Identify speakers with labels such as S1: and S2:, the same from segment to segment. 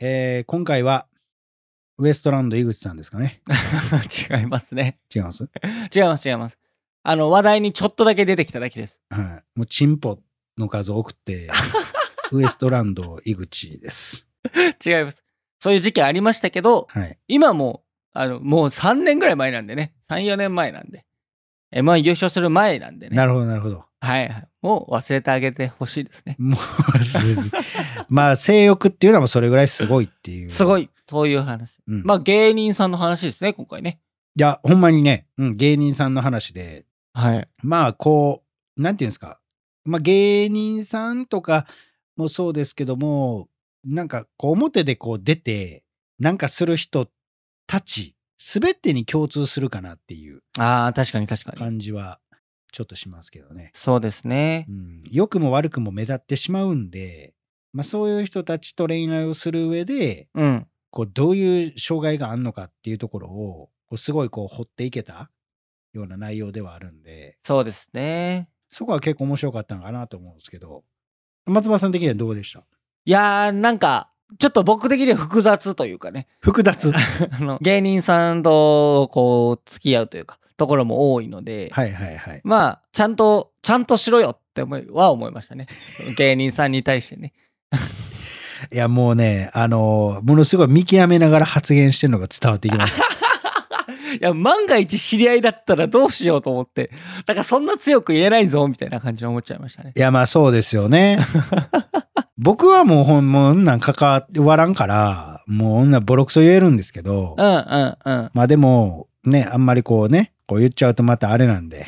S1: えー今回は、ウエストランド井口さんですかね。
S2: 違いますね。
S1: 違います
S2: 違います、違います。あの、話題にちょっとだけ出てきただけです。
S1: はい。もう、チンポの数多く て、ウエストランド井口です。
S2: 違います。そういう時期ありましたけど、
S1: はい。
S2: 今もう、あの、もう3年ぐらい前なんでね。3、4年前なんで。M1 優勝する前なんでね。
S1: なるほど、なるほど。
S2: はいはい。もう忘れてあげてほしいですね。
S1: もう、すまあ、性欲っていうのはもうそれぐらいすごいっていう。
S2: すごい。そういう話。
S1: うん。
S2: まあ芸人さんの話ですね、今回ね。
S1: いや、ほんまにね、うん、芸人さんの話で、
S2: はい。
S1: まあこうなんていうんですか、まあ、芸人さんとかもそうですけどもなんかこう表でこう出てなんかする人たち全てに共通するかなっていう
S2: ああ、確かに確かに。
S1: 感じはちょっとしますけどね。
S2: そうですね
S1: う。ん、良くも悪くも目立ってしまうんで、まあ、そういう人たちと恋愛をする上で
S2: うん。
S1: こうどういう障害があるのかっていうところをこうすごいこう掘っていけたような内容ではあるんで。
S2: そうですね。
S1: そこは結構面白かったのかなと思うんですけど、松葉さん的にはどうでした
S2: いやー、なんか、ちょっと僕的には複雑というかね。
S1: 複雑。は
S2: あの、芸人さんと、こう、付き合うというか、ところも多いので、
S1: いはいはい。
S2: まあ、ちゃんと、ちゃんとしろよって思いは思いました ね。芸人さんに対してね。
S1: いやもうね、あのーものすごい見極めながら発言してるのが伝わってき ます。
S2: いや、万が一知り合いだったらどうしようと思って、だからそんな強く言えないぞ、みたいな感じに思っちゃいましたね。
S1: いやまあそうですよね。僕はもうほん、もうなん関わらんから、もう女ボロクソ言えるんですけど
S2: う、んうんうん。
S1: まあでも、ね、あんまりこうね、こう言っちゃうとまたあれなん で。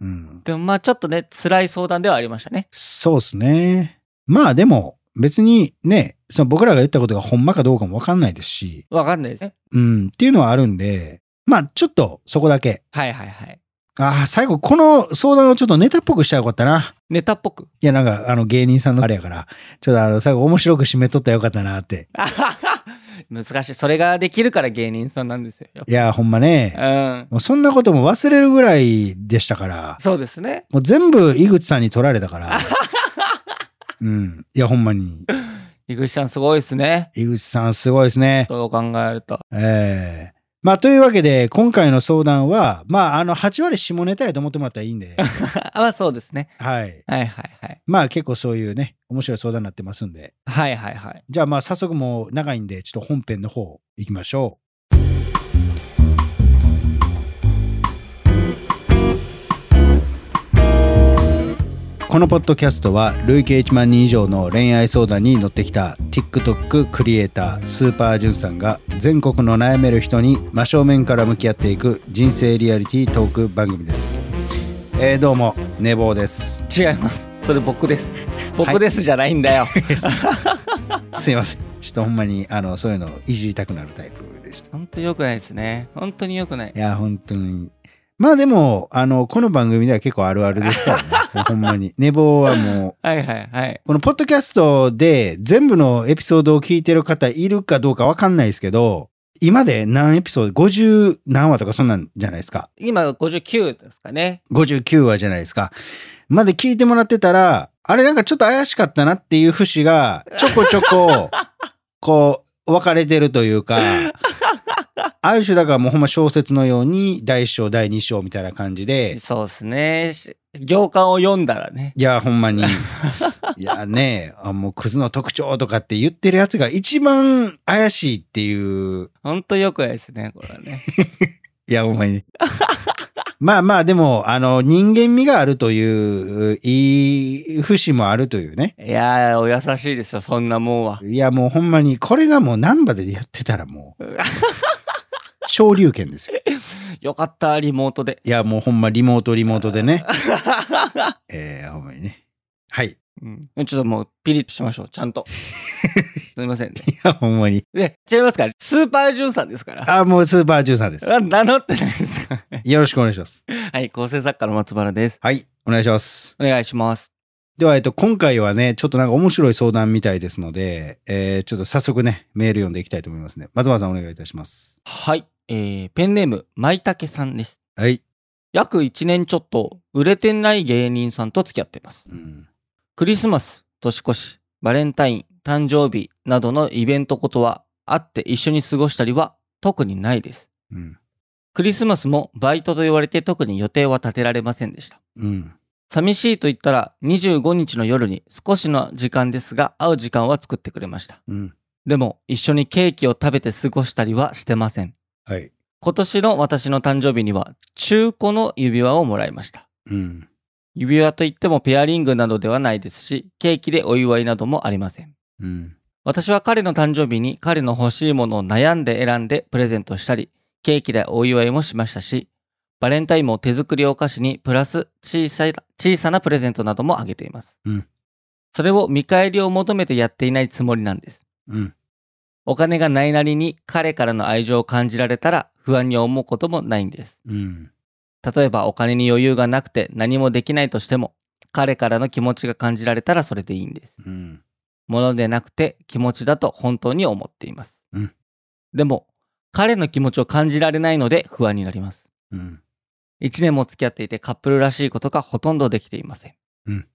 S1: うん、
S2: でもまあちょっとね、辛い相談ではありましたね。
S1: そうですね。まあでも、別にね、その僕らが言ったことがほんまかどうかもわかんないですし、
S2: わかんないですね。
S1: うん、っていうのはあるんで、まあちょっとそこだけ。
S2: はいはいはい。
S1: ああ、最後この相談をちょっとネタっぽくしたらよかったな。
S2: ネタっぽく。
S1: いや、なんかあの芸人さんのあれやから、ちょっとあの最後面白く締めとったらよかったなって。
S2: あはは難しい。それができるから芸人さんなんですよ。やっ
S1: いや、ほんまね。
S2: ぱうん。
S1: もうそんなことも忘れるぐらいでしたから、
S2: そうですね。
S1: もう全部井口さんに取られたから。うん。いや、ほんまに。
S2: 井口さんすごいですね。
S1: 井口さんすごいですね。
S2: そう考えると。
S1: ええまあというわけで、今回の相談は、まああの8割下ネタやと思ってもらったらいいんで、
S2: あまあそうですね。
S1: はい。
S2: はいはいはい。
S1: まあ結構そういうね、面白い相談になってますんで。
S2: はいはいはい。
S1: じゃあまあ早速もう長いんで、ちょっと本編の方行きましょう。このポッドキャストは累計1万人以上の恋愛相談に乗ってきた TikTok クリエイタースーパージュンさんが全国の悩める人に真正面から向き合っていく人生リアリティートーク番組です、えーどうも寝坊です
S2: 違います。それ僕です。 僕ですじゃないんだよ。
S1: すいませんちょっとほんまにあのそういうのをいじりたくなるタイプでした
S2: 本当に良くないですね。本当に良くない。
S1: いや、本当に。まあでも、あの、この番組では結構あるあるですからね。 もうほんまに。寝坊はも
S2: はいはいはい。
S1: う、このポッドキャストで全部のエピソードを聞いてる方いるかどうかわかんないですけど、今で何エピソード ?50 何話とかそんなんじゃないですか。
S2: 今59ですかね。
S1: 59話じゃないですか。まで聞いてもらってたら、あれなんかちょっと怪しかったなっていう節が、ちょこちょこ、こう、分かれてるというか、ある種だからもうほんま小説のように、第一章、第二章みたいな感じで、
S2: そうですね。し行間を読んだらね。
S1: いや、ほんまに、いやね、あもうクズの特徴とかって言ってるやつが一番怪しいっていう、
S2: 本当良くないですね、これはね。
S1: いや、ほんまに。まあまあ、でも、あの、人間味があるという、いい節もあるというね。
S2: いやー、お優しいですよ、そんなもんは。
S1: いやもうほんまにこれがもう難波でやってたらもう昇竜拳ですよ。
S2: よかった、リモートで。
S1: いやもうほんまリモートリモートでね。 えー、ほんまにね。はい。 い
S2: うん、ちょっともうピリッとしましょう、ちゃん と。すみませんね。
S1: やほんまに。
S2: で、違いますから、スーパージュンさんですから。
S1: あもうスーパージュンさんです。
S2: あ名乗ってないですからね。
S1: よろしくお願いします。
S2: はい、構成作家の松原です。
S1: はい。お願いします。
S2: お願いします。
S1: では、えっと、今回はね、ちょっとなんか面白い相談みたいですので、えー、ちょっと早速ね、メール読んでいきたいと思いますね。松原さんお願いいたします。
S2: はい、えー、ペンネーム、まいたけさんです。
S1: はい。
S2: 約1年ちょっと、売れてない芸人さんと付き合ってます。
S1: うん。
S2: クリスマス、年越し、バレンタイン、誕生日などのイベントことは会って一緒に過ごしたりは特にないです。
S1: うん。
S2: クリスマスもバイトと言われて特に予定は立てられませんでした。
S1: うん。
S2: 寂しいと言ったら25日の夜に少しの時間ですが会う時間は作ってくれました。
S1: うん。
S2: でも一緒にケーキを食べて過ごしたりはしてません。
S1: はい。
S2: 今年の私の誕生日には中古の指輪をもらいました。
S1: うん。
S2: 指輪といってもペアリングなどではないですし、ケーキでお祝いなどもありません。
S1: うん。
S2: 私は彼の誕生日に彼の欲しいものを悩んで選んでプレゼントしたり、ケーキでお祝いもしましたし、バレンタインも手作りお菓子にプラス小さい小さなプレゼントなどもあげています。
S1: うん
S2: それを見返りを求めてやっていないつもりなんです。
S1: うん。
S2: お金がないなりに彼からの愛情を感じられたら不安に思うこともないんです。
S1: うん。
S2: 例えばお金に余裕がなくて何もできないとしても、彼からの気持ちが感じられたらそれでいいんです。
S1: うん。
S2: ものでなくて気持ちだと本当に思っています、
S1: うん
S2: でも彼の気持ちを感じられないので不安になります
S1: うん。
S2: 1年も付き合っていてカップルらしいことがほとんどできていません、
S1: うん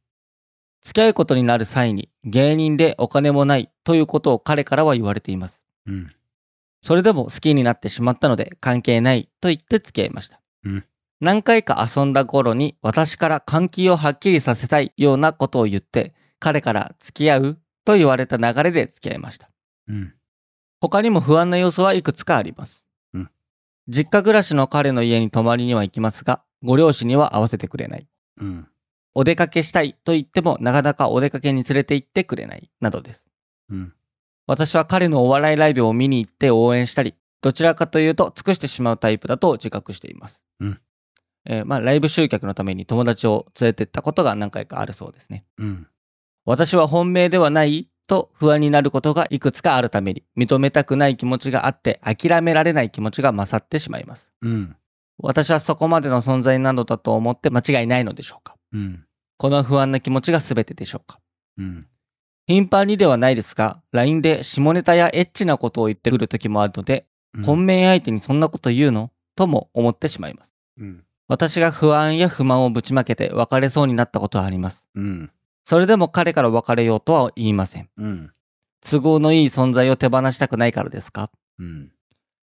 S2: 付き合うことになる際に芸人でお金もないということを彼からは言われています
S1: うん。
S2: それでも好きになってしまったので関係ないと言って付き合いました、
S1: うん
S2: 何回か遊んだ頃に私から関係をはっきりさせたいようなことを言って彼から付き合うと言われた流れで付き合いました
S1: うん。
S2: 他にも不安な要素はいくつかあります、
S1: うん
S2: 実家暮らしの彼の家に泊まりには行きますがご両親には会わせてくれない
S1: うん。
S2: お出かけしたいと言ってもなかなかお出かけに連れて行ってくれないなどです
S1: うん。
S2: 私は彼のお笑いライブを見に行って応援したり、どちらかというと尽くしてしまうタイプだと自覚しています。
S1: うん
S2: えーまあ、ライブ集客のために友達を連れてったことが何回かあるそうですね。
S1: うん。
S2: 私は本命ではないと不安になることがいくつかあるために、認めたくない気持ちがあって諦められない気持ちが勝ってしまいます。
S1: うん。
S2: 私はそこまでの存在なのだと思って間違いないのでしょうか
S1: うん。
S2: この不安な気持ちが全てでしょうか
S1: うん。
S2: 頻繁にではないですが、LINE で下ネタやエッチなことを言ってくる時もあるので、本命相手にそんなこと言うのとも思ってしまいます。
S1: うん。
S2: 私が不安や不満をぶちまけて別れそうになったことはあります。
S1: うん。
S2: それでも彼から別れようとは言いません。
S1: うん。
S2: 都合のいい存在を手放したくないからですか
S1: うん。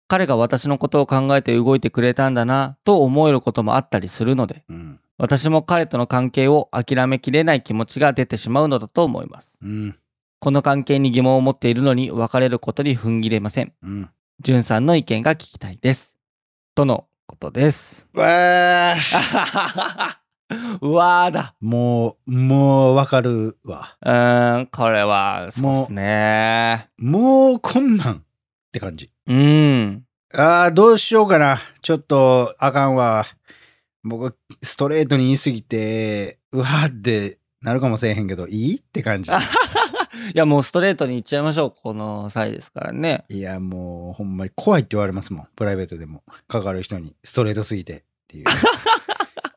S2: 彼が私のことを考えて動いてくれたんだなと思えることもあったりするので、
S1: うん。
S2: 私も彼との関係を諦めきれない気持ちが出てしまうのだと思います。
S1: うん。
S2: この関係に疑問を持っているのに別れることに踏ん切れません。
S1: うん。
S2: じゅんさんの意見が聞きたいです。とのことです。
S1: わあ。
S2: うわーだ。
S1: もう、もうわかるわ。
S2: うーん、これは、そうですね。
S1: もうこんなんって感じ。
S2: うん。
S1: ああ、どうしようかな。ちょっと、あかんわ。僕、ストレートに言いすぎて、うわーってなるかもしれへんけど、いいって感じ。
S2: いや、もうストレートに言っちゃいましょう。この際ですからね。
S1: いや、もう、ほんまに怖いって言われますもん。プライベートでも。関わる人に、ストレートすぎてって いう。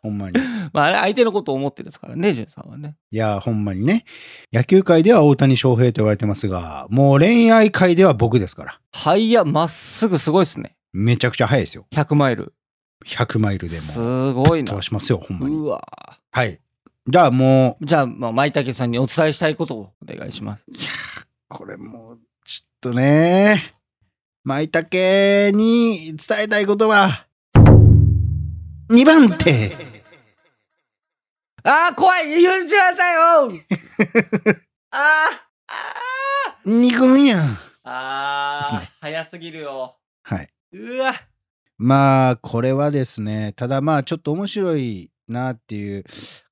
S1: ほんまに。
S2: まあ、あれ、相手のことを思ってですからね、じゅんさんはね。
S1: いや、ほんまにね。野球界では大谷翔平と言われてますが、もう恋愛界では僕ですから。
S2: はいや、まっすぐすごいですね。
S1: めちゃくちゃ速いですよ。
S2: 100マイル。
S1: 100マイルでも。
S2: すごいな
S1: 飛ば。しますよ、ほんまに。
S2: うわー
S1: はい。じゃあも
S2: じゃあ、まあ、舞茸さんにお伝えしたいことをお願いします。
S1: う、これもう、ちょっとね、舞茸に伝えたいことは、2番手
S2: ああ、怖い言っちゃった よあーあー
S1: !2 軍やん。
S2: あ
S1: です
S2: あ、
S1: ね
S2: 早すぎるよ。
S1: はい。
S2: うわ。
S1: まあこれはですねただまあちょっと面白いなっていう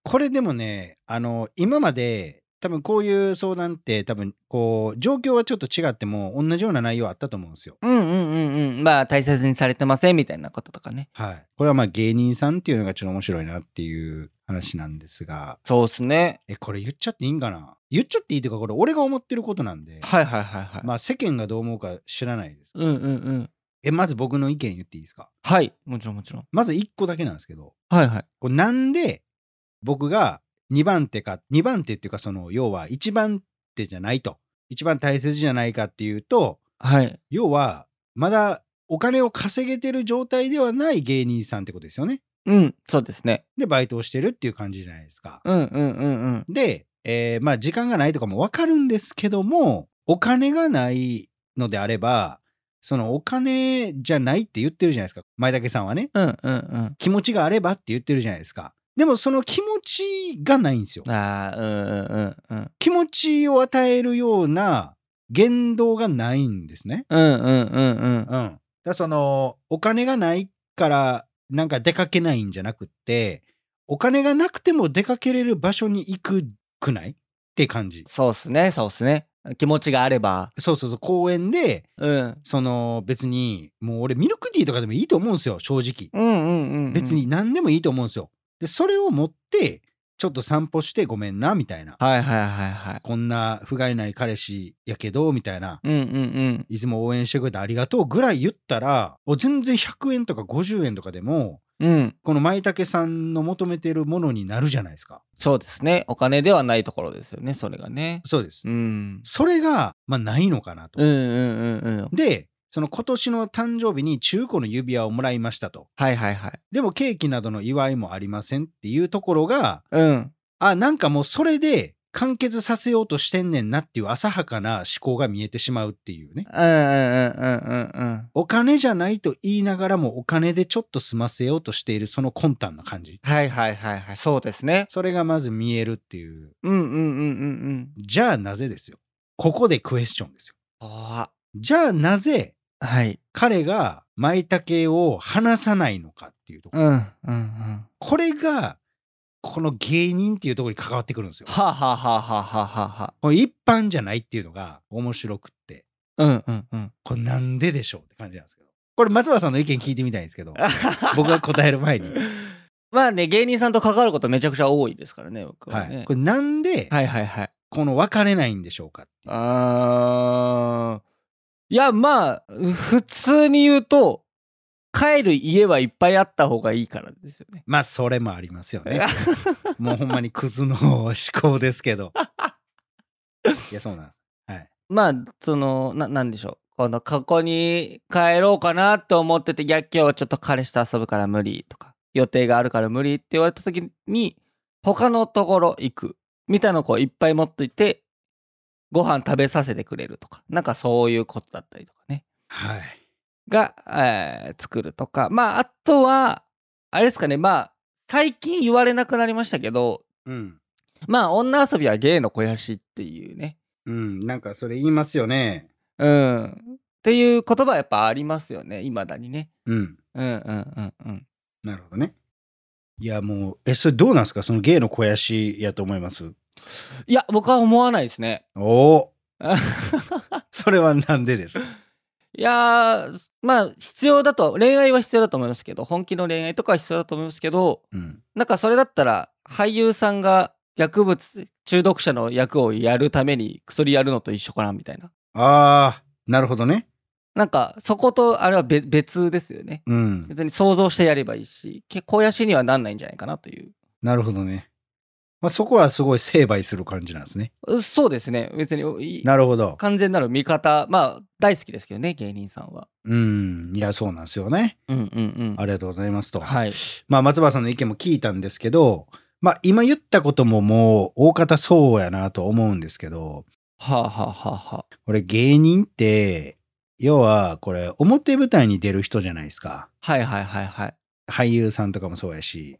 S1: これでもねあの今まで多分こういう相談って多分こう状況はちょっと違っても同じような内容あったと思うんですよ。
S2: うんうんうんうん。まあ大切にされてませんみたいなこととかね。
S1: はい、これはまあ芸人さんっていうのがちょっと面白いなっていう話なんですが
S2: そうですね。
S1: えこれ言っちゃっていいんかな言っちゃっていいというかこれ俺が思ってることなんで、
S2: はいはいはいはい。
S1: まあ世間がどう思うか知らないです。
S2: うんうんうん。
S1: えまず僕の意見言っていいですか
S2: はい。もちろんもちろん。
S1: まず1個だけなんですけど
S2: はいはい。
S1: こうなんで僕が2番手か2番手っていうかその要は1番手じゃないと一番大切じゃないかっていうと
S2: はい。
S1: 要はまだお金を稼げてる状態ではない芸人さんってことですよね。
S2: うん。そうですね。
S1: でバイトをしてるっていう感じじゃないですか。
S2: うんうんうんうん。
S1: でえーまあ時間がないとかもわかるんですけども、お金がないのであれば、そのお金じゃないって言ってるじゃないですか。前竹さんはね。
S2: うんうんうん。
S1: 気持ちがあればって言ってるじゃないですか。でもその気持ちがないんですよ。
S2: ああ、うんうんうんうん。
S1: 気持ちを与えるような言動がないんですね。
S2: うんうんうんう
S1: う
S2: ん
S1: ん。だ。からそのお金がないからなんか出かけないんじゃなくって、お金がなくても出かけれる場所に行くくないって感じ。
S2: そうっすね、そうっすね。気持ちがあれば。
S1: そうそうそう、公園で、
S2: うん。
S1: その別に、もう俺ミルクティーとかでもいいと思うんですよ、正直。
S2: うんうんうん、うん。
S1: 別に。何でもいいと思うんですよ。で、それを持って、ちょっと散歩してごめんな、みたいな。
S2: はいはいはいはい。
S1: こんな不甲斐ない彼氏やけど、みたいな。
S2: うんうんうん。
S1: いつも応援してくれてありがとうぐらい言ったら、お全然100円とか50円とかでも、
S2: うん。
S1: この舞茸さんの求めてるものになるじゃないですか。
S2: そうですね。お金ではないところですよね、それがね。
S1: そうです。
S2: うん。
S1: それが、まあ、ないのかなと。
S2: うんうんうんうん。
S1: で、その今年の誕生日に中古の指輪をもらいましたと。
S2: はいはいはい。
S1: でもケーキなどの祝いもありませんっていうところが、
S2: うん。
S1: あ、なんかもうそれで完結させようとしてんねんなっていう浅はかな思考が見えてしまうっていうね。
S2: うんうんうんうんうんうん。
S1: お金じゃないと言いながらもお金でちょっと済ませようとしているその魂胆な感じ。
S2: はいはいはいはい。そうですね。
S1: それがまず見えるっていう。
S2: うんうんうんうんうん。
S1: じゃあなぜですよ。ここでクエスチョンですよ。
S2: あ
S1: じゃあなぜ
S2: あ。はい。
S1: 彼が舞茸を離さないのかっていうとこ
S2: う
S1: ろ。
S2: んうんうん。
S1: これがこの芸人っていうところに関わってくるんですよ。
S2: はあ、はあはあはあはあはあは
S1: これ一般じゃないっていうのが面白くって。
S2: あ。うんうんうん。
S1: これなんででしょうって感じなんですけど。これ松原さんの意見聞いてみたいんですけど、僕が答える 前に。
S2: まあね、芸人さんと関わることめちゃくちゃ多いですからね、僕は
S1: はい、
S2: ね
S1: こ。れなんで、
S2: はいはいはい。
S1: この別れないんでしょうかっていう
S2: あーいや、まあ、普通に言うと、帰る家はいっぱいあった方がいいからですよね。
S1: まあ、それもありますよね。 もうほんまにクズの思考ですけ ど。いや、そうなんです。
S2: まあ、その、な、なんでしょう。この、ここに帰ろうかなと思ってて、いや、今日はちょっと彼氏と遊ぶから無理とか、予定があるから無理って言われた時に、他のところ行く。みたいなのをこういっぱい持っといて、ご飯食べさせてくれるとか、なんかそういうことだったりとかね。
S1: はい。
S2: が、えー作るとか。まあ、あとは、あれですかね、まあ、最近言われなくなりましたけど、
S1: うん。
S2: まあ、女遊びは芸の肥やしっていうね。
S1: うん。なんかそれ言いますよね。
S2: うん。っていう言葉はやっぱありますよね、いまだにね。
S1: うん。
S2: うんうんうんうん。
S1: なるほどね。いや、もう、え、それどうなんですかその芸の肥やしやと思います
S2: いや、僕は思わないですね。
S1: おお それはなんでですか
S2: いやー、まあ、必要だと、恋愛は必要だと思いますけど、本気の恋愛とかは必要だと思いますけど、
S1: うん。
S2: なんかそれだったら、俳優さんが薬物中毒者の役をやるために薬やるのと一緒かな、みたいな。
S1: ああ、なるほどね。
S2: なんか、そこと、あれは別別ですよね。
S1: うん。
S2: 別に想像してやればいいし、け肥やしにはなんないんじゃないかなという。
S1: なるほどね。まあ、そこはすごい成敗する感じなんですね。
S2: うそうですね。別に、い
S1: なるほど。
S2: 完全なる味方まあ大好きですけどね芸人さんは
S1: うん。いや、そうなんですよね。
S2: うんうん
S1: ありがとうございますと。
S2: はい
S1: まあ、松原さんの意見も聞いたんですけど、まあ、今言ったことももう大方そうやなと思うんですけど、
S2: はあはあはあはあ
S1: これ芸人って、要はこれ表舞台に出る人じゃないですか。
S2: はいはいはいはい
S1: 俳優さんとかもそうやし。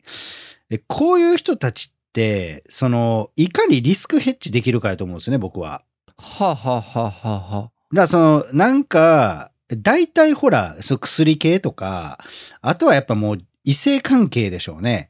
S1: でこういう人たちって、その、いかにリスクヘッジできるかやと思うんですよね、僕は。
S2: はあはあはあはあ
S1: だ
S2: は
S1: からそのなんか大体ほらそう薬系とかあとはやっぱもう異性関係でしょうね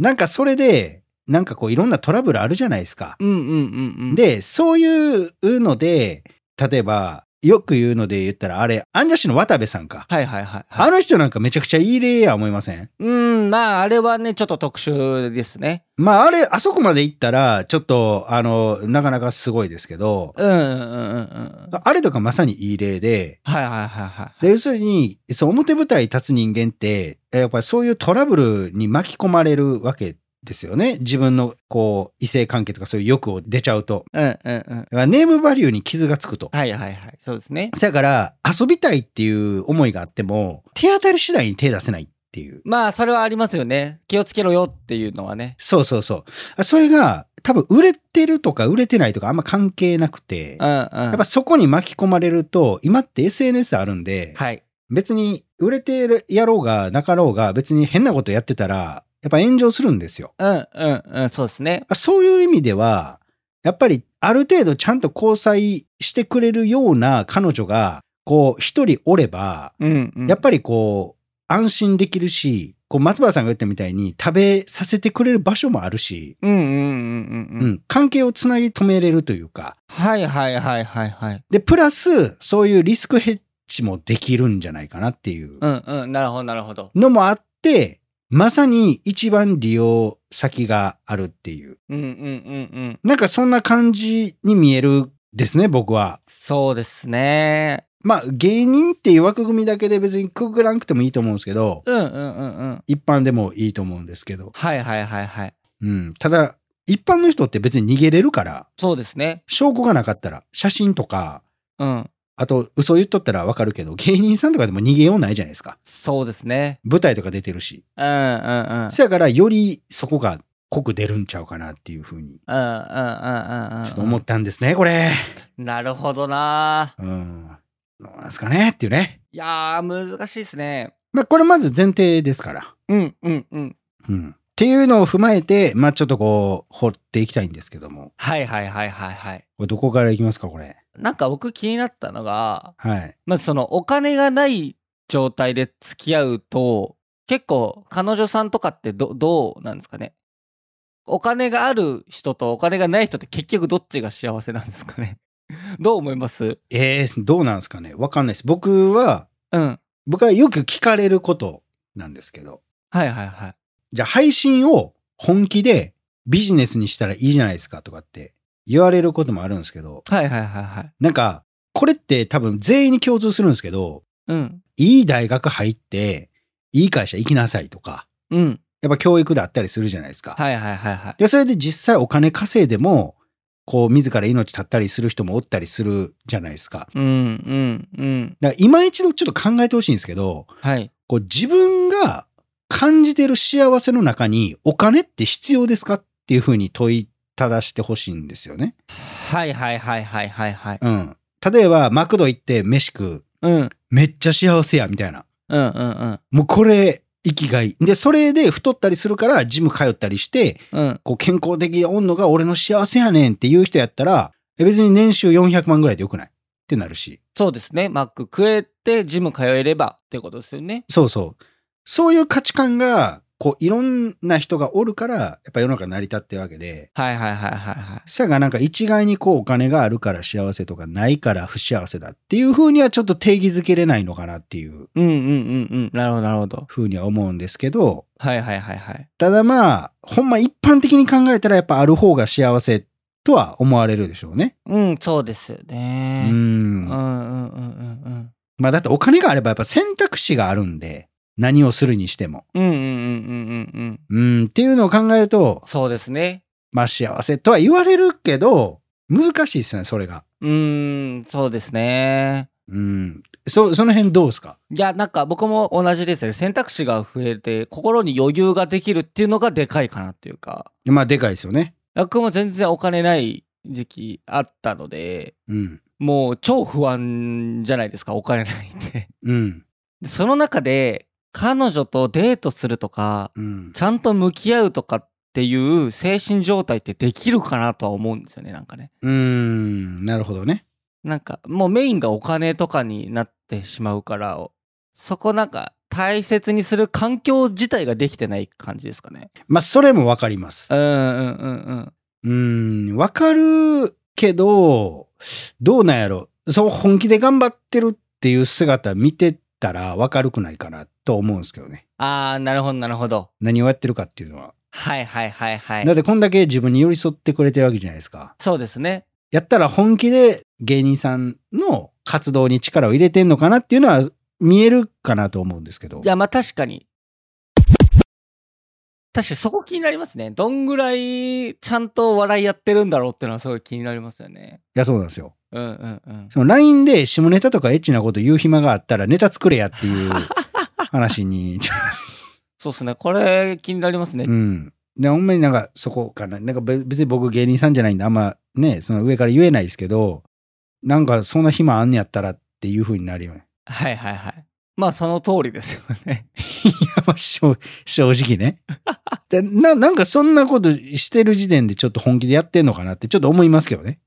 S1: なんかそれでなんかこういろんなトラブルあるじゃないですか
S2: あ、うんうんうんうん
S1: でそういうので例えばよく言うので言ったらあれアンジャッシュの渡部さんか、
S2: はいはいはいは
S1: あ
S2: い
S1: の人なんかめちゃくちゃいい例や思いません
S2: うんまああれはねちょっと特殊ですね
S1: まああれあそこまで行ったらちょっとあのなかなかすごいですけど
S2: うんうんうんうんうん
S1: あれとかまさにいい例で
S2: はいはいはいはい
S1: で要するにそう表舞台に立つ人間ってえやっぱりそういうトラブルに巻き込まれるわけですよね自分のこう異性関係とかそういう欲を出ちゃうと
S2: うんうんうん
S1: だからネームバリューに傷がつくと。
S2: はいはいはいそうですね
S1: だから遊びたいっていう思いがあっても手当たり次第に手出せないっていう
S2: まあそれはありますよね気をつけろよっていうのはね
S1: そうそうそうあそれが多分売れてるとか売れてないとかあんま関係なくて、
S2: うんうん。
S1: やっぱそこに巻き込まれると、今って SNS あるんで、
S2: はい。
S1: 別に売れてるやろうがなかろうが別に変なことやってたら、やっぱ炎上するんですよ。
S2: うんうんうん、そうですね。
S1: そういう意味では、やっぱりある程度ちゃんと交際してくれるような彼女が、こう一人おれば、
S2: うん、うん。
S1: やっぱりこう安心できるし、こう松原さんが言ったみたいに食べさせてくれる場所もあるし、
S2: うんうんうんうん
S1: う
S2: うん。
S1: ん、関係をつなぎ止めれるというか、
S2: はいはいはいはいはい。
S1: で、プラスそういうリスクヘッジもできるんじゃないかなっていう
S2: うんうん、なるほどなるほど。
S1: のもあって、まさに一番利用先があるっていう。
S2: うんうんうんうん。
S1: なんかそんな感じに見えるですね、僕は。
S2: そうですね。
S1: まあ芸人っていう枠組みだけで別にくぐらなくてもいいと思うんですけど、
S2: うんうんうんうん。
S1: 一般でもいいと思うんですけど。
S2: はいはいはいはい。
S1: うん。ただ、一般の人って別に逃げれるから、
S2: そうですね。
S1: 証拠がなかったら、写真とか、
S2: うん。
S1: あと嘘言っとったらわかるけど、芸人さんとかでも逃げようないじゃないですか。
S2: そうですね。
S1: 舞台とか出てるし。
S2: うんうんうん。
S1: そやからよりそこが濃く出るんちゃうかなっていうふうに、
S2: うんうんうんうんうん。
S1: ちょっと思ったんですね、これ。
S2: なるほどな。
S1: うん。どうなんすかねっていうね。
S2: いやー、難しいですね。
S1: まあこれまず前提ですから。
S2: うんうんうん。
S1: うん。っていうのを踏まえて、まあちょっとこう、掘っていきたいんですけども。
S2: はいはいはいはいはい。
S1: これどこからいきますか、これ。
S2: なんか僕気になったのが、
S1: はい。
S2: まずそのお金がない状態で付き合うと結構彼女さんとかってどどうなんですかねお金がある人とお金がない人って結局どっちが幸せなんですかね どう思います
S1: えー、どうなんですかねわかんないです。僕は、
S2: うん
S1: 僕はよく聞かれることなんですけど、
S2: はいはいはい
S1: じゃあ配信を本気でビジネスにしたらいいじゃないですかとかって言われることもあるんですけど、
S2: はいはいはいはい
S1: なんか、これって多分全員に共通するんですけど、
S2: うん
S1: いい大学入って、いい会社行きなさいとか、
S2: うん
S1: やっぱ教育であったりするじゃないですか。
S2: はいはいはいはい
S1: で、それで実際お金稼いでも、こう、自ら命絶ったりする人もおったりするじゃないですか。
S2: うんうんうん
S1: だから今一度ちょっと考えてほしいんですけど、
S2: はい
S1: こう、自分が感じてる幸せの中にお金って必要ですかっていうふうに問いただしてほしいんですよね。
S2: はいはいはいはいはいはい
S1: うん。例えば、マクド行って飯食う。
S2: うんうん
S1: めっちゃ幸せや、みたいな。
S2: うんうん
S1: もうこれ、生きがい。で、それで太ったりするから、ジム通ったりして、
S2: うん
S1: こう健康的でおんのが俺の幸せやねんっていう人やったら、え別に年収400万ぐらいでよくないってなるし。
S2: そうですねマック食えてジム通えればってことですよね
S1: そうそう。そういう価値観が、こういろんな人がおるから、やっぱ世の中成り立ってるわけで、
S2: はいはいはいはいはい
S1: そやがなんか一概にこうお金があるから幸せとかないから不幸せだっていう風にはちょっと定義づけれないのかなっていう
S2: うんうんうんうん。なるほど、なるほど。
S1: 風には思うんですけど、
S2: はいはいはいはい。
S1: ただまあ、ほんま一般的に考えたらやっぱある方が幸せとは思われるでしょうね。
S2: うん、そうですよ
S1: う
S2: ね。うん
S1: ん
S2: うんうんうん
S1: まあだってお金があればやっぱ選択肢があるんで、何をするにしても。
S2: うん。うんうんうんうんうん。
S1: うん、っていうのを考えると、
S2: そうですね。
S1: まあ幸せとは言われるけど、難しいですよね、それが。
S2: うーん、そうですね。
S1: うん。そ、その辺どうですか
S2: いや、なんか僕も同じですね。選択肢が増えて、心に余裕ができるっていうのがでかいかなっていうか。
S1: まあでかいですよね。
S2: 僕も全然お金ない時期あったので、
S1: うん。
S2: もう超不安じゃないですか、お金ないって。
S1: うん。
S2: でその中で、彼女とデートするとか、
S1: うん。
S2: ちゃんと向き合うとかっていう精神状態ってできるかなとは思うんですよねなんかね
S1: うん。なるほどね。
S2: なんかもうメインがお金とかになってしまうからそこなんか大切にする環境自体ができてない感じですかね
S1: まあそれもわかります
S2: う。んうんうんうん
S1: うん。わかるけど、どうなんやろ。そう、本気で頑張ってるっていう姿見てたらわかるくないかなと思うんですけどね。
S2: ああなるほどなるほど
S1: 何をやってるかっていうのは。
S2: はいはいはいは
S1: だっ
S2: い
S1: てこんだけ自分に寄り添ってくれてるわけじゃないですか。
S2: そうですね
S1: やったら本気で芸人さんの活動に力を入れてんのかなっていうのは見えるかなと思うんですけど
S2: い。やまあ確かに確かにそこ気になりますねどんぐらいちゃんと笑いやってるんだろうっていうのはすごい気になりますよね
S1: いや、そうなんですよ。
S2: うんうんうん
S1: その LINE で下ネタとかエッチなこと言う暇があったらネタ作れやっていう話に、
S2: そうですね。これ気になりますね。
S1: うん。でほんまになんかそこかななんかべ別に僕芸人さんじゃないんであんまねその上から言えないですけどなんかそんな暇あんねやったらっていう風になるよね
S2: はいはいはい。まあその通りですよ ね。
S1: いや まあ正正直ねでななんかそんなことしてる時点でちょっと本気でやってんのかなってちょっと思いますけどね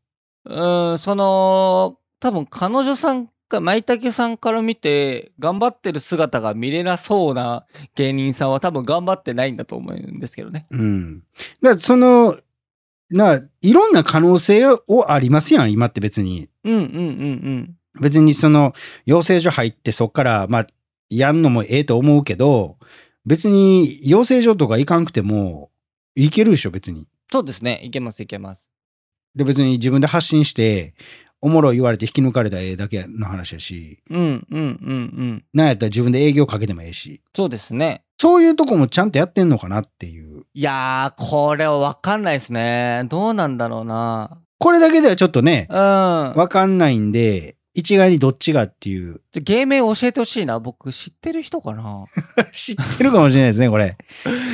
S2: うーん、その、多分彼女さんか、舞茸さんから見て、頑張ってる姿が見れなそうな芸人さんは多分頑張ってないんだと思うんですけどね。
S1: うんだからそのないろんな可能性をありますやん今って別に
S2: うんうんうんうん。
S1: 別にその養成所入ってそっからまあやんのもええと思うけど別に養成所とか行かんくてもいけるでしょ別に。
S2: そうですね。いけますいけます。
S1: で別に自分で発信しておもろい言われて引き抜かれたらええだけの話やし
S2: うんうんうんうん。
S1: なんやったら自分で営業かけてもええし
S2: そうですね。
S1: そういうとこもちゃんとやってんのかなっていう
S2: いやー、これは分かんないですね。どうなんだろうな。
S1: これだけではちょっとね
S2: うん。
S1: わかんないんで一概にどっちがっていう
S2: 芸名教えてほしいな。僕知ってる人かな。
S1: 知ってるかもしれないですねこれ。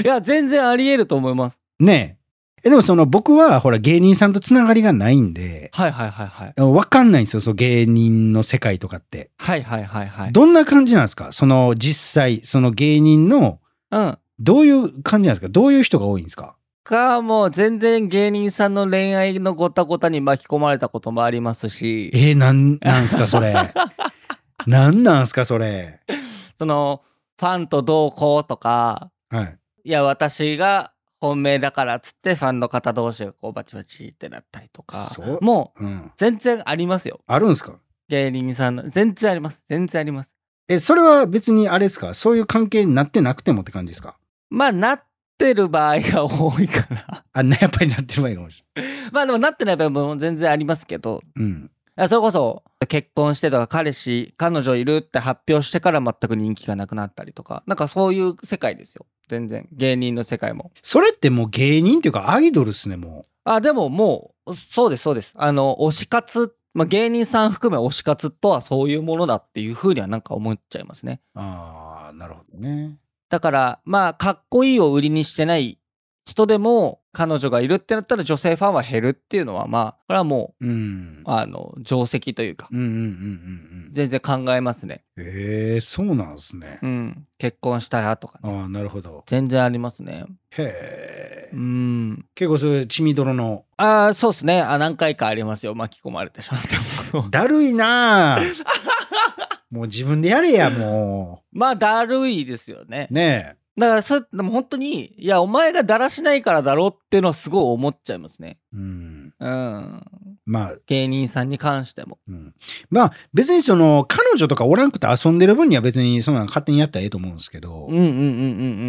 S2: いや、全然あり得ると思います。
S1: ねええでもその僕はほら芸人さんとつながりがないんで
S2: はいはいはいはい。
S1: わかんないんですよ、その芸人の世界とかって。
S2: はいはいはいはい。
S1: どんな感じなんですかその実際、その芸人の
S2: うん。
S1: どういう感じなんですかどういう人が多いんですか
S2: か、もう全然芸人さんの恋愛のごたごたに巻き込まれたこともありますし、
S1: えー、なん、なんすか それ。なんなんすかそれ。
S2: その、ファンと同行とか、
S1: はい。
S2: いや、私が本命だからっつって、ファンの方同士がこうバチバチってなったりとか
S1: そう、
S2: もう
S1: うん。
S2: 全然ありますよ。
S1: あるんですか
S2: 芸人さんの。全然あります。全然あります。
S1: え、それは別にあれですかそういう関係になってなくてもって感じですか
S2: まあ、なってる場合が多いから。
S1: あ、なやっ ぱりなってる場合が多いです。
S2: まあ、でもなってない場合も全然ありますけど、
S1: うん。
S2: あそれこそ結婚してとか彼氏彼女いるって発表してから全く人気がなくなったりとかなんかそういう世界ですよ全然芸人の世界も
S1: それってもう芸人っていうかアイドルっすね、も
S2: あでももうそうですそうですあの推し活、まあ、芸人さん含め推し活とはそういうものだっていうふうにはなんか思っちゃいますね
S1: う。ああ、なるほどね。
S2: だからまあかっこいいを売りにしてない人でも彼女がいるってなったら女性ファンは減るっていうのはまあこれはも
S1: うん。
S2: うあの定石というか
S1: うんうんうんうんうん。
S2: 全然考えますね
S1: えー、そうなんですね。
S2: うん結婚したらとかね
S1: ああ、なるほど。
S2: 全然ありますね。
S1: へえ。
S2: うん。
S1: 結構そういう血みどろの。
S2: ああ、そうですね。あ、何回かありますよ。巻き込まれてしまったこと
S1: だるいなあ もう自分でやれや、も
S2: まあ、だるいですよね
S1: う。。ね
S2: だから、そう、でも本当に、いや、お前がだらしないからだろっていうのはすごい思っちゃいますね。
S1: え。うん。
S2: うん。
S1: まあ、
S2: 芸人さんに関しても。
S1: うん、まあ別にその彼女とかおらんくて遊んでる分には別にそんなん勝手にやったらええと思うんですけど、
S2: うんうんうんうんう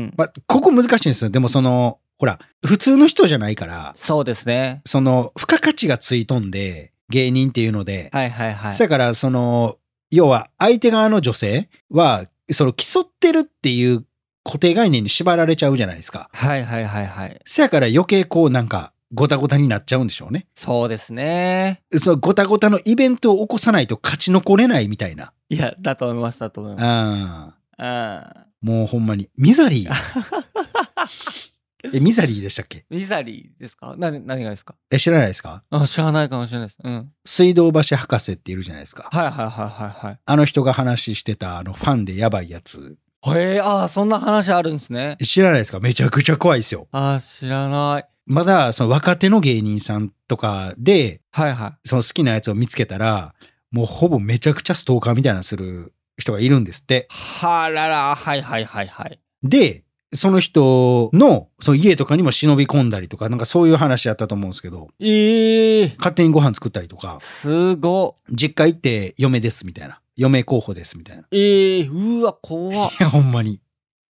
S2: ん。
S1: まあ、ここ難しいんですよでもそのほら普通の人じゃないから
S2: そうですね。
S1: その付加価値がついとんで芸人っていうので、
S2: はいはいはい。
S1: だからその要は相手側の女性はその競ってるっていう固定概念に縛られちゃうじゃないですか。
S2: はいはいはいはい。
S1: せやから余計こうなんかごたごたになっちゃうんでしょうね。
S2: そうですね。
S1: そのごたごたのイベントを起こさないと勝ち残れないみたいな。
S2: いや、だと思います。だと思います。
S1: あ
S2: うん。
S1: もうほんまにミザリー。 えミザリーでしたっけ
S2: ミザリーですか何、何がですか
S1: え知らないですか
S2: あ、知らないかもしれないです。うん。
S1: 水道橋博士っているじゃないですか。
S2: はいはいはいはいはい。
S1: あの人が話してたあのファンでやばいやつ。
S2: へえああそんな話あるんですね。
S1: 知らないですかめちゃくちゃ怖いですよ。
S2: ああ知らない。
S1: まだその若手の芸人さんとかで
S2: はいは
S1: その好きなやつを見つけたらもうほぼめちゃくちゃストーカーみたいなのする人がいるんですって
S2: い。。はららはいはいはいはい。
S1: でその人のその家とかにも忍び込んだりとかなんかそういう話やったと思うんですけど
S2: ええ
S1: 勝手にご飯作ったりとか
S2: すご
S1: 実家行って嫁ですみたいな嫁候補ですみたいな。い
S2: ええうわ怖っ。
S1: やほんまに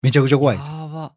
S1: めちゃくちゃ怖いですよ。
S2: やば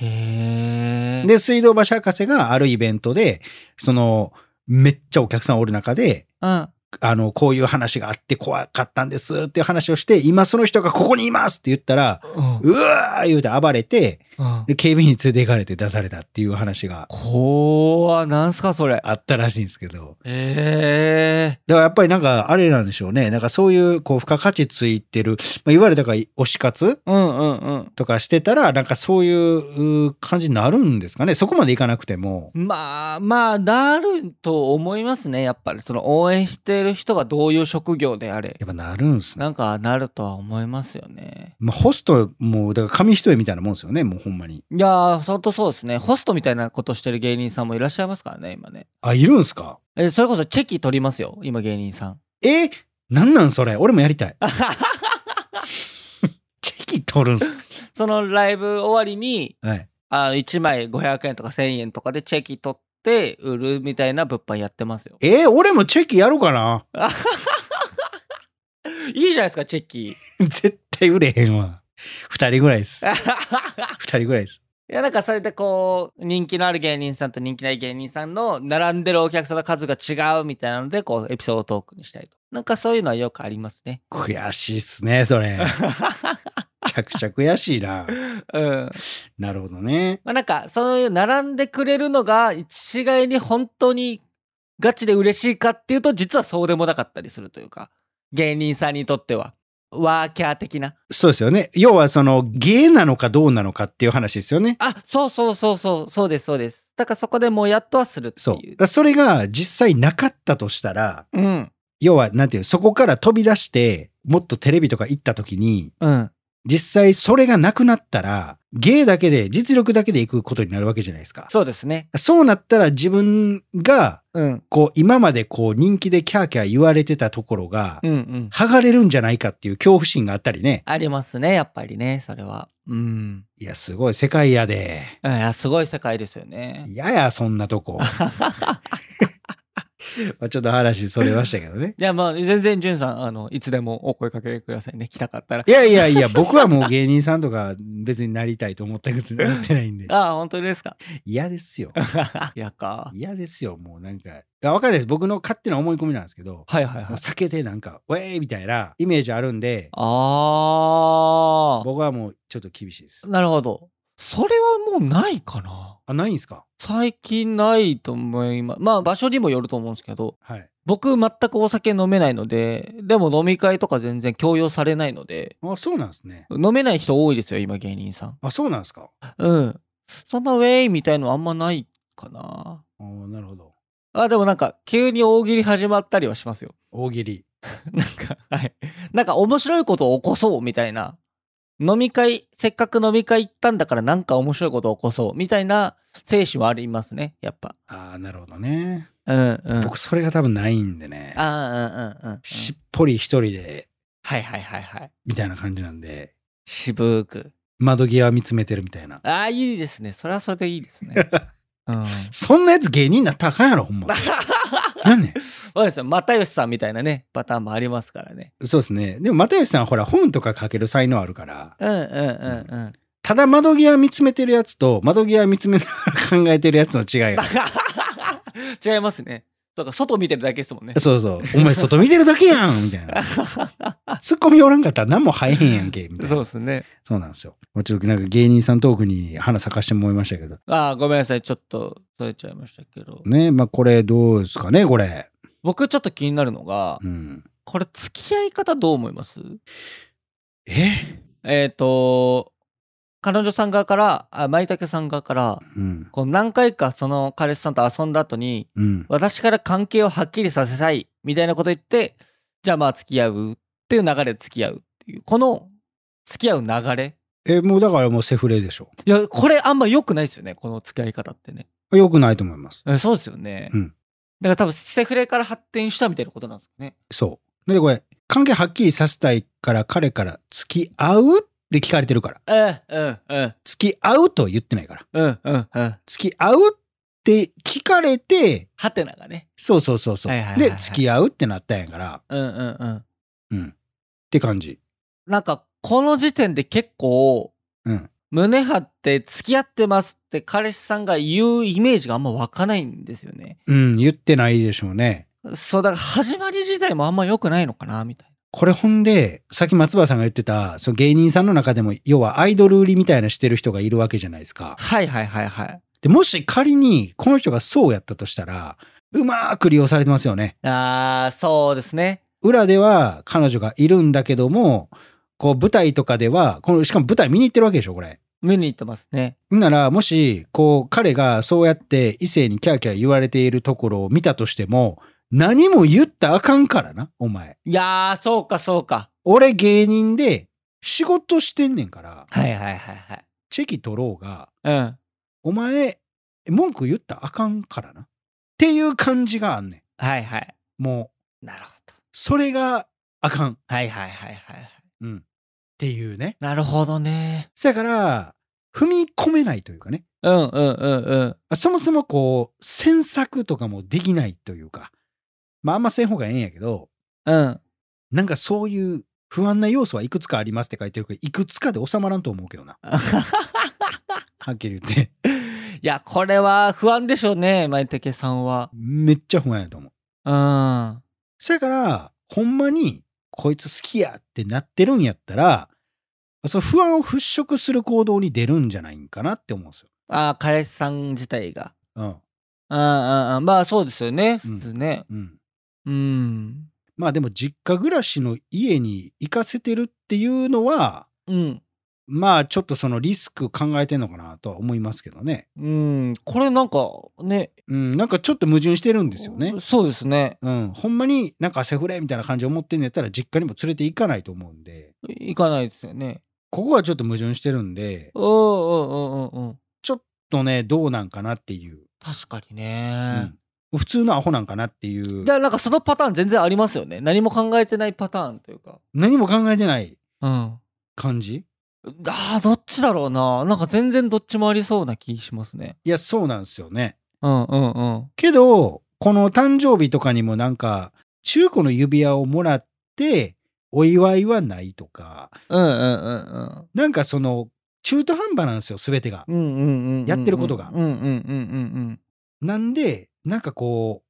S2: へえ。
S1: で水道橋博士があるイベントでそのめっちゃお客さんおる中で
S2: うん
S1: あの、こういう話があって怖かったんですっていう話をして、今その人がここにいますって言ったら、
S2: うん
S1: うわー言うて暴れて、
S2: うん
S1: で警備員に連れて行かれて出されたっていう話が
S2: 怖っなんすかそれ。
S1: あったらしいんですけど
S2: ええ
S1: だからやっぱりなんかあれなんでしょうねなんかそういうこう付加価値ついてる、まあ、いわゆるだから推し活
S2: うんうんうん。
S1: とかしてたらなんかそういうう感じになるんですかねそこまでいかなくても。
S2: まあまあなると思いますねやっぱりその応援してる人がどういう職業であれ
S1: やっぱなるんすね。
S2: なんかなるとは思いますよね
S1: まあ、ホストもだから紙一重みたいなもんですよねもうほんまに。
S2: いやーほんとそうですねホストみたいなことしてる芸人さんもいらっしゃいますからね今ね
S1: あいるんすか
S2: えそれこそチェキ取りますよ今芸人さん
S1: えなんなんそれ俺もやりたい。 チェキ取るんすか
S2: そのライブ終わりに
S1: はい。
S2: あ1枚500円とか1000円とかでチェキ取って売るみたいな物販やってますよ
S1: えー俺もチェキやろうかな
S2: いいじゃないですかチェキ
S1: 絶対売れへんわ。二人ぐらいです。二人ぐらいです。
S2: いやなんかそれでこう人気のある芸人さんと人気ない芸人さんの並んでるお客さんの数が違うみたいなのでこうエピソードトークにしたりとなんかそういうのはよくありますね。
S1: 悔しいっすねそれ。めちゃくちゃ悔しいな。
S2: うんま
S1: なるほどね。
S2: あ、なんかそういう並んでくれるのが一概に本当にガチで嬉しいかっていうと実はそうでもなかったりするというか芸人さんにとってはワーキャー的な
S1: そうですよね。要はその芸なのかどうなのかっていう話ですよね。
S2: あそうそうそうそうそうですそうですだからそこでもうやっとはするって
S1: そう。
S2: い
S1: だ
S2: う
S1: からそれが実際なかったとしたら、
S2: うん
S1: 要はなんていうそこから飛び出してもっとテレビとか行った時に
S2: うん
S1: 実際それがなくなったら芸だけで実力だけで行くことになるわけじゃないですか。
S2: そうですね
S1: そうなったら自分が
S2: うん
S1: こう今までこう人気でキャーキャー言われてたところが
S2: うんうん
S1: 剥がれるんじゃないかっていう恐怖心があったりね。
S2: ありますねやっぱりねそれはうん
S1: いやすごい世界やで。
S2: いやすごい世界ですよね
S1: いややそんなとこ。 まあちょっと話それましたけどね。
S2: じゃあまあ全然じゅんさんあのいつでもお声かけくださいね来たかったら
S1: いやいやいや、僕はもう芸人さんとか別になりたいと思った ことなってないんで。
S2: ああ本当ですか
S1: 嫌ですよ。
S2: いやか
S1: 嫌ですよ。もうなんか。いやわかんないです。僕の勝手な思い込みなんですけど、
S2: はいはいは
S1: も
S2: いう
S1: 酒でなんか、ウェーイみたいなイメージあるんで、
S2: あ
S1: 僕はもうちょっと厳しいです
S2: ー。なるほどそれはもうないかな
S1: あ、ないんすか
S2: 最近ないと思いますまあ場所にもよると思うんですけど
S1: はい。
S2: 僕全くお酒飲めないのででも飲み会とか全然強要されないので
S1: あ、そうなんですね。
S2: 飲めない人多いですよ今芸人さん
S1: あ、そうなんですか
S2: うん。そんなウェイみたいのあんまないかな。
S1: あーなるほど。
S2: あ、でもなんか、急に大喜利始まったりはしますよ。
S1: 大喜利。
S2: なんか、はい。なんか、面白いことを起こそうみたいな。飲み会、せっかく飲み会行ったんだから、なんか面白いことを起こそうみたいな精神はありますね、やっぱ。
S1: ああ、なるほどね。
S2: うんうん。
S1: 僕、それが多分ないんでね。
S2: あーうんうんうんうん。
S1: しっぽり一人で、
S2: はいはいはいはい。
S1: みたいな感じなんで、
S2: 渋く。
S1: 窓際見つめてるみたいな。
S2: ああ、いいですね。それはそれでいいで すね。うん。
S1: そんなやつ芸人になったらあかんやろ、ほん ま。なんね
S2: そうですよ。又吉さんみたいなね、パターンもありますからね。
S1: んそうですね。でも、又吉さんはほら、本とか書ける才能あるから、
S2: うんうんうんうん。
S1: ただ窓際見つめてるやつと、窓際見つめながら考えてるやつの違いが。
S2: 違いますね。とか外見てるだけですもんね。
S1: そうそう。お前、外見てるだけやんみたいな。ツッコミおらんかったら何も生えへんやんけ、みたいな。
S2: ですね。
S1: そうなんですよ。もうちょっとなんか芸人さんトークに花咲かしてもらいましたけど。
S2: ああごめんなさいちょっとそれちゃいましたけど、
S1: ね、まあこれどうですかね、これ。
S2: 僕ちょっと気になるのが
S1: うん。
S2: これ付き合い方どう思います
S1: え
S2: えっ、と彼女さん側からあ舞茸さん側から
S1: うん。
S2: こう何回かその彼氏さんと遊んだ後に
S1: うん。
S2: 私から関係をはっきりさせたいみたいなこと言ってじゃあまあ付き合うっていう流れで付き合うっていうこの付き合う流れ
S1: え、もうだからもうセフレでしょ。
S2: いやこれあんま良くないですよねこの付き合い方ってね
S1: よくないと思います。
S2: えそうですよね。
S1: うん
S2: だから多分セフレから発展したみたいなことなんですよね。
S1: そう。で、これ、関係はっきりさせたいから彼から付き合うって聞かれてるから。
S2: うんうんうん
S1: 付き合うとは言ってないから。
S2: うんうんうん。
S1: 付き合うって聞かれて、
S2: ハテナがね。
S1: そうそうそうそう。
S2: はいはいはいはい
S1: で、付き合うってなったんやから、
S2: うんうんうん。
S1: うん。って感じ。
S2: なんかこの時点で結構
S1: うん。
S2: 胸張って付き合ってますって彼氏さんが言うイメージがあんま湧かないんですよね。
S1: うん、言ってないでしょうね。
S2: そうだから始まり自体もあんま良くないのかなみたい
S1: これほんで、さっき松原さんが言ってた、その芸人さんの中でも、要はアイドル売りみたいなしてる人がいるわけじゃないですか。
S2: はいはいはいはい。
S1: で、もし仮にこの人がそうやったとしたら、うまーく利用されてますよね。
S2: あー、そうですね。
S1: 裏では彼女がいるんだけども、こう舞台とかでは、このしかも舞台見に行ってるわけでしょ、これ。
S2: 見に行ってますね。
S1: ほんなら、もし、こう、彼がそうやって異性にキャーキャー言われているところを見たとしても、何も言ったらあかんからな、お前。
S2: いやー、そうかそうか。
S1: 俺芸人で仕事してんねんから、
S2: はいはいはい
S1: チェキ取ろうが、
S2: はい。うん。
S1: お前、文句言ったらあかんからな。っていう感じがあんね
S2: はいはい。
S1: ん。もう、
S2: なるほど。
S1: それがあかん。
S2: はいはいはいはいはい。
S1: うん。っていうね。
S2: なるほどね。
S1: そやから、踏み込めないというかね。
S2: うんうんうんうん。
S1: そもそもこう、詮索とかもできないというか。まあ、あんません方がええんやけど、
S2: うん。
S1: なんかそういう不安な要素はいくつかありますって書いてるけど、いくつかで収まらんと思うけどな。はっきり言って。
S2: いや、これは不安でしょうね、舞竹さんは。
S1: めっちゃ不安やと思う。
S2: うん。
S1: そやから、ほんまに、こいつ好きやってなってるんやったら、その不安を払拭する行動に出るんじゃないんかなって思うんですよ。
S2: あー彼氏さん自体が。
S1: うん。
S2: うんうんうん。まあそうですよね。
S1: うん
S2: 普通ね。
S1: うん。
S2: うん。
S1: まあでも、実家暮らしの家に行かせてるっていうのは、
S2: うん。
S1: まあちょっとそのリスク考えてんのかなとは思いますけどね。
S2: うん。これなんかね。
S1: うん。なんかちょっと矛盾してるんですよね。
S2: そうですね。
S1: うん。ほんまになんかセフレみたいな感じ思ってんのやったら、実家にも連れて行かないと思うんで、
S2: 行かないですよね。
S1: ここはちょっと矛盾してるんで、ちょっ
S2: うんうんうんうんうん。
S1: とね、どうなんかなっていう。
S2: 確かに
S1: う
S2: ね
S1: ん。普通のアホなんかなっていう
S2: じゃあなんかそのパターン全然ありますよね。何も考えてないパターンというか。
S1: 何も考えてない
S2: うん。
S1: 感じ
S2: あーどっちだろうな。なんか全然どっちもありそうな気しますね。
S1: いやそうなんですよね
S2: うんうんうん。
S1: けどこの誕生日とかにもなんか中古の指輪をもらってお祝いはないとか
S2: うんうんうんうん。
S1: なんかその中途半端なんですよ全てが
S2: うんうんうんうん
S1: やってることが
S2: うんうんうんうん
S1: なんでなんかこ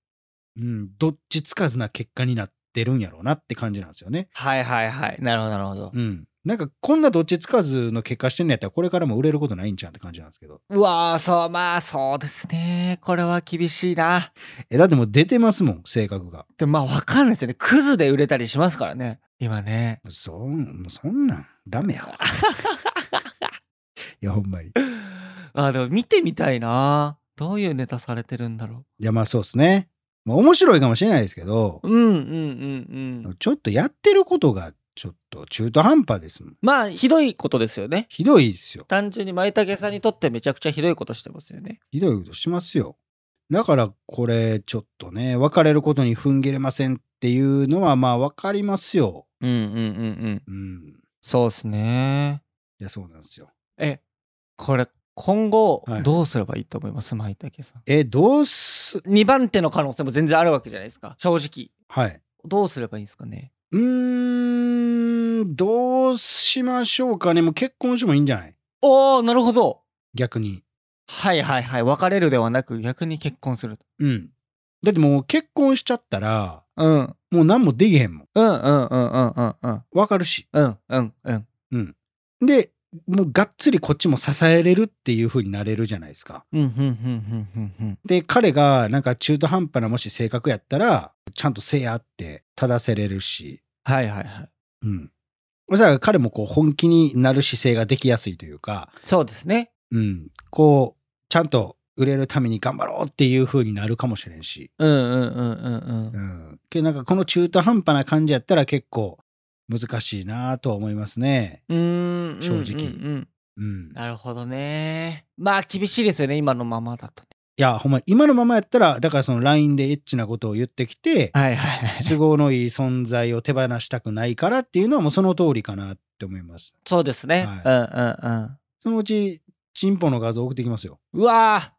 S1: う、うん、どっちつかずな結果になってるんやろうなって感じなんですよね
S2: はいはいはいなるほどなるほど
S1: うんなんかこんなどっちつかずの結果してんのやったらこれからも売れることないんちゃうって感じなんですけど
S2: うわーそうまあそうですねこれは厳しいな
S1: えだってもう出てますもん性格が
S2: でもまあわかんないですよねクズで売れたりしますからね今ね
S1: そんもうそんなんダメやいやほんまにい
S2: あでも見てみたいなどういうネタされてるんだろ
S1: やまあそうですね、まあ、面白いかもしれないですけど
S2: う、うんうんうんうん
S1: ちょっとやってることがちょっと中途半端ですもん
S2: まあひどいことですよね
S1: ひどいですよ
S2: 単純に舞茸さんにとってめちゃくちゃひどいことしてますよね
S1: ひどいことしますよだからこれちょっとね別れることに踏ん切れませんっていうのはまあ分かりますよ
S2: うんうんうんうん
S1: うん
S2: そうですね
S1: いやそうなんですよ
S2: えこれ今後
S1: はい
S2: どうすればいいと思います、舞茸さん
S1: えどうす
S2: 2番手の可能性も全然あるわけじゃないですか正直
S1: はい
S2: どうすればいいんですかね
S1: うーんどうしましょうかねもう結婚してもいいんじゃない
S2: おーなるほど
S1: 逆に
S2: はいはいはい別れるではなく逆に結婚すると
S1: うん。だってもう結婚しちゃったら、
S2: うんうん
S1: もう何もできへんもん。
S2: うんうんうんうんうん
S1: わかるし。
S2: うんうんうん
S1: で、もうがっつりこっちも支えれるっていう風になれるじゃないですか。
S2: うんうんうんうんうん
S1: で、彼がなんか中途半端なもし性格やったら、ちゃんとせやって正せれるし。
S2: はいはいはい
S1: うん。そしたら彼もこう本気になる姿勢ができやすいというか、
S2: そうですね
S1: うん。こう、ちゃんと売れるために頑張ろうっていう風になるかもしれんし。
S2: うんうんうんうんう
S1: うんん。けどなんかこの中途半端な感じやったら結構難しいなとは思いますね。
S2: うーん
S1: 正直
S2: うんうんうん
S1: うん、い
S2: なるほどねまあ厳しいですよね今のままだとね
S1: やほんま今のままやったらだからその LINE でエッチなことを言ってきて
S2: はいはい はい
S1: 都合のいい存在を手放したくないからっていうのはもうその通りかなって思います
S2: そうですね、うんうんうん
S1: そのうちチンポの画像送ってきますよ
S2: うわー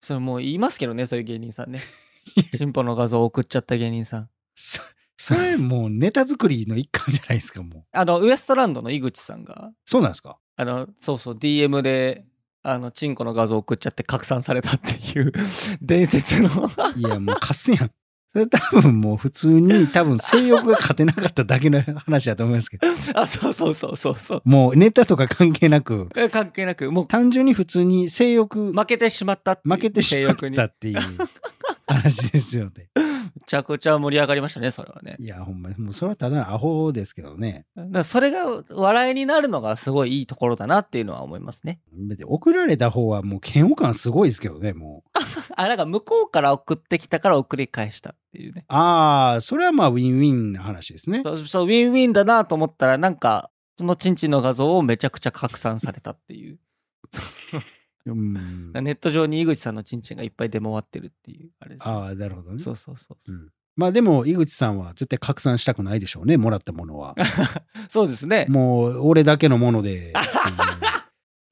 S2: それもう言いますけどねそういう芸人さん ね進歩の画像送っちゃった芸人さん
S1: そそれもうネタ作りの一環じゃないですかもう
S2: あのウエストランドの井口さんが
S1: そうなんですか
S2: あのそうそう DM であのチンコの画像送っちゃって拡散されたっていう 伝説の
S1: いやもう貸すやんそれ多分もう普通に多分性欲が勝てなかっただけの話だと思いますけど、
S2: あ、そうそうそうそうそう。
S1: もうネタとか関係なく、
S2: え関係なく、もう
S1: 単純に普通に性欲、
S2: 負けてしまったっていう
S1: 負けてしまっ
S2: 性欲に
S1: た
S2: め
S1: っていう話ですよね。
S2: ちゃくちゃ盛り上がりましたね、それはね。
S1: いや、ほんまに、もうそれはただのアホですけどね。
S2: だからそれが笑いになるのがすごいいいところだなっていうのは思いますね。
S1: 別に送られた方はもう嫌悪感すごいですけどね、もう。
S2: あ、なんか向こうから送ってきたから送り返したっていうね。
S1: ああ、それはまあウィンウィンな話ですね。
S2: そう、そうウィンウィンだなと思ったら、なんか、そのチンチンの画像をめちゃくちゃ拡散されたっていう。
S1: うん、
S2: ネット上に井口さんのチンチンがいっぱい出回ってるっていう、あれですね、
S1: ああ、なるほどね。
S2: そうそうそうそう。
S1: うんまあでも、井口さんは絶対拡散したくないでしょうね、もらったものは。
S2: そうですね。
S1: もう、俺だけのもので、って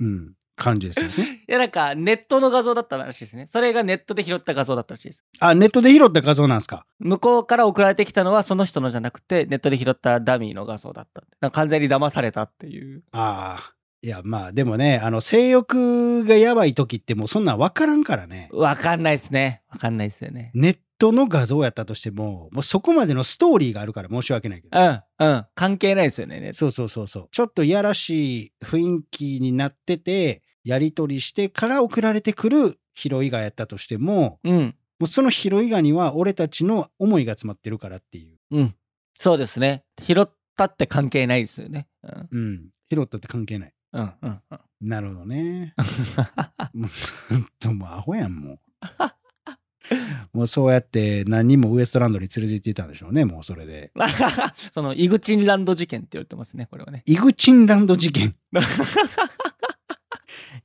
S1: いううん、感じですよね。
S2: いや、なんか、ネットの画像だったらしいですね。それがネットで拾った画像だったらしいです。
S1: あ、ネットで拾った画像なんですか。
S2: 向こうから送られてきたのはその人のじゃなくて、ネットで拾ったダミーの画像だった。なんか完全に騙されたっていう。
S1: ああ。いや、まあでもね、あの、性欲がやばい時ってもうそんなん分からんからね。
S2: わかんないですね。わかんないですよね。
S1: ネットの画像やったとしても、もうそこまでのストーリーがあるから申し訳ないけど
S2: う。ん、うん。関係ないですよね、ネット
S1: そうそうそうそう。ちょっといやらしい雰囲気になってて、やり取りしてから送られてくる拾いがやったとしても、
S2: うん、
S1: もうその拾いがには俺たちの思いが詰まってるからっていう。
S2: うん。そうですね。拾ったって関係ないですよね。うん、
S1: うん。拾ったって関係ない。
S2: うん、うん。うん
S1: なるほどね。もう、ほんともうアホやん、もう。もうそうやって何人もウエストランドに連れて行ってたんでしょうね、もうそれで。
S2: その、イグチンランド事件って言われてますね、これはね。
S1: イグチンランド事件。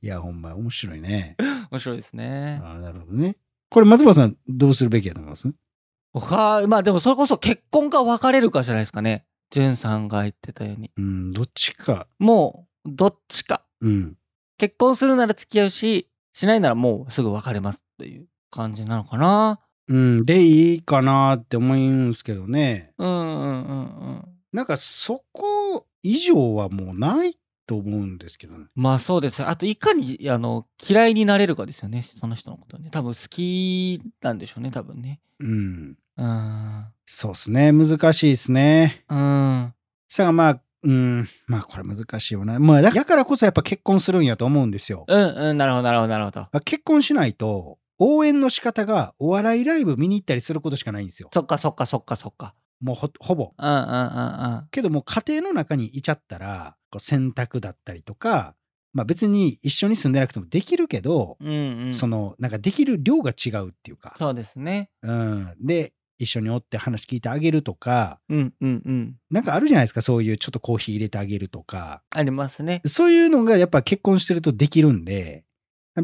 S1: いや、ほんま面白いね。
S2: 面白いですね。
S1: ああ、なるほどね。これ、松葉さん、どうするべきやと思います
S2: 他、まあでもそれこそ結婚か別れるかじゃないですかね。ジュンさんが言ってたように。
S1: うん、どっちか。
S2: もう、どっちか。
S1: うん。
S2: 結婚するなら付き合うし、しないならもうすぐ別れますっていう感じなのかな。
S1: うん、でいいかなって思うんですけどね。
S2: うんうんうんうん。
S1: なんか、そこ以上はもうないと思うんですけどね。
S2: まあそうですよあといかにあの嫌いになれるかですよねその人のことね多分好きなんでしょうね多分ね
S1: うん。
S2: うん
S1: そうっすね。難しいっすね。
S2: うん
S1: さあ、まあ、うん、まあ、これ難しいよな。まあ、だだからこそやっぱ結婚するんやと思うんですよ。
S2: うんうんなるほどなるほどなるほど
S1: 結婚しないと、応援の仕方がお笑いライブ見に行ったりすることしかないんですよ。
S2: そっかそっかそっかそっか
S1: もうほほぼ。
S2: うんうんうんうん
S1: けどもう家庭の中にいちゃったらこう洗濯だったりとか、まあ、別に一緒に住んでなくてもできるけど、
S2: うんうん
S1: そのなんかできる量が違うっていうか、
S2: そうですね
S1: うん、で一緒におって話聞いてあげるとか
S2: うんうんうん
S1: なんかあるじゃないですかそういうちょっとコーヒー入れてあげるとか
S2: ありますね
S1: そういうのがやっぱ結婚してるとできるんで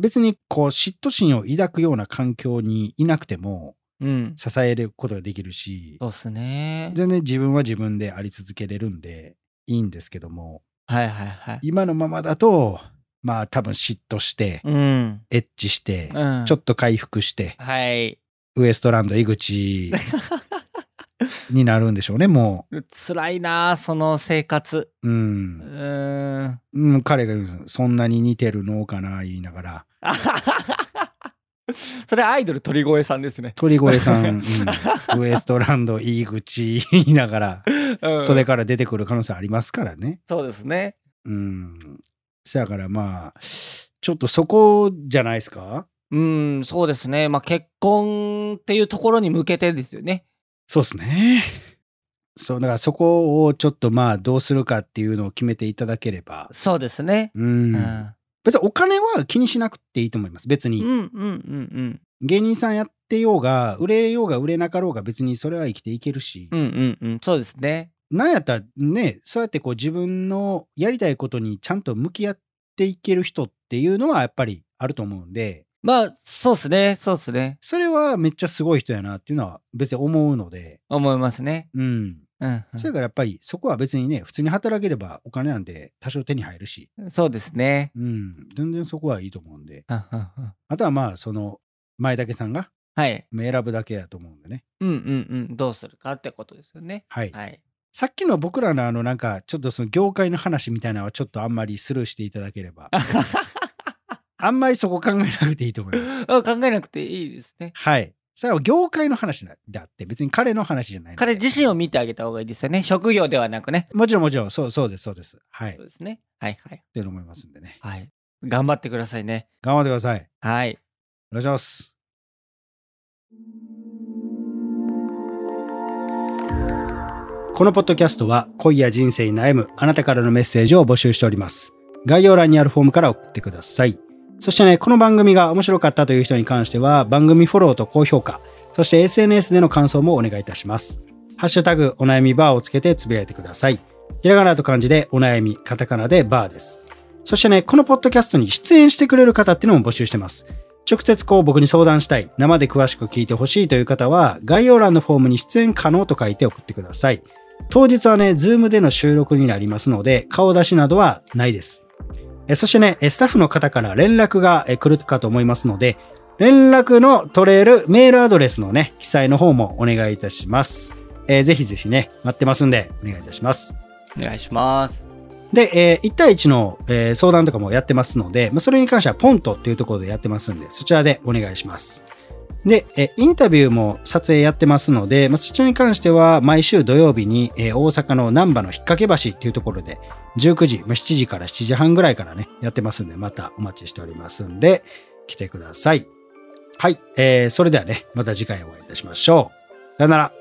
S1: 別にこう嫉妬心を抱くような環境にいなくても
S2: うん
S1: 支えることができるし
S2: そうっすね
S1: 全然自分は自分であり続けれるんでいいんですけども
S2: はいはいはい
S1: 今のままだとまあ多分嫉妬して、
S2: うん
S1: エッチして、
S2: うん
S1: ちょっと回復して
S2: はい
S1: ウエストランド井 口になるんでしょうねも
S2: 辛いなあその生活
S1: う、う
S2: うんーん
S1: うん、彼が言うんですよそんなに似てるのかな言いながら
S2: それアイドル鳥越さんですね
S1: 鳥越さ ん、うんウエストランド井口言いながら
S2: うん
S1: それから出てくる可能性ありますからね
S2: そうですね。
S1: うんせやからまあちょっとそこじゃないですか
S2: うん、そうですね。まあ結婚っていうところに向けてですよね。
S1: そうですね。そう、だからそこをちょっとまあどうするかっていうのを決めていただければ。
S2: そうですね。
S1: うん
S2: うん、う。
S1: 別にお金は気にしなくていいと思います。別
S2: ん、う
S1: に。
S2: ん、うん、
S1: 芸人さんやってようが、売れようが売れなかろうが別にそれは生きていけるし
S2: うん、う。ん、うん、うん、そうですね。
S1: なんやったらね、そうやってこう自分のやりたいことにちゃんと向き合っていける人っていうのはやっぱりあると思うんで、
S2: まあ、そうですね。そうですね。
S1: それはめっちゃすごい人やなっていうのは別に思うので、
S2: 思いますね。
S1: うん。
S2: うん、
S1: それからやっぱりそこは別にね、普通に働ければお金なんで多少手に入るし、
S2: うん、そうですね。
S1: うん、全然そこはいいと思うんで、
S2: うんうんうん
S1: あとはまあ、その、前だけさんが
S2: はい。
S1: 選ぶだけやと思うんでね。
S2: うん、うん、うん、どうするかってことですよね。
S1: はい。
S2: はい。
S1: さっきの僕らのあの、なんか、ちょっとその業界の話みたいなのはちょっとあんまりスルーしていただけれ ば、あんまりそこ考えなくていいと思います。
S2: あ考えなくていいですね。
S1: はい。それは業界の話なであって、別に彼の話じゃないので
S2: 彼自身を見てあげた方がいいですよね。職業ではなくね。
S1: もちろんもちろん、そうそうです、そうです。はい。っ
S2: そうですね。はいはい。
S1: ていうの思いますんでね。
S2: はい。頑張ってくださいね。
S1: 頑張ってください。
S2: はい。
S1: お願いします。このポッドキャストは恋や人生に悩むあなたからのメッセージを募集しております。概要欄にあるフォームから送ってください。そしてね、この番組が面白かったという人に関しては番組フォローと高評価、そして SNS での感想もお願いいたします。ハッシュタグお悩みバーをつけてつぶやいてください。ひらがなと漢字でお悩み、カタカナでバーです。そしてね、このポッドキャストに出演してくれる方っていうのも募集してます。直接こう僕に相談したい、生で詳しく聞いてほしいという方は、概要欄のフォームに出演可能と書いて送ってください。当日はね、ズームでの収録になりますので、顔出しなどはないです。えそしてね、えスタッフの方から連絡がえ来るかと思いますので、連絡の取れるメールアドレスのね、記載の方もお願いいたします。えーぜひぜひね、待ってますんで、お願いいたします。
S2: お願いします。
S1: で、えー1対1の、えー相談とかもやってますので、まあ、それに関してはポントっていうところでやってますんで、そちらでお願いします。で、えーインタビューも撮影やってますので、まあ、そちらに関しては毎週土曜日に、えー大阪の難波の引っ掛け橋っていうところで、19時、まあ、7時から7時半ぐらいからね、やってますんで、またお待ちしておりますんで、来てください。はい、えーそれではね、また次回お会いいたしましょう。さよなら。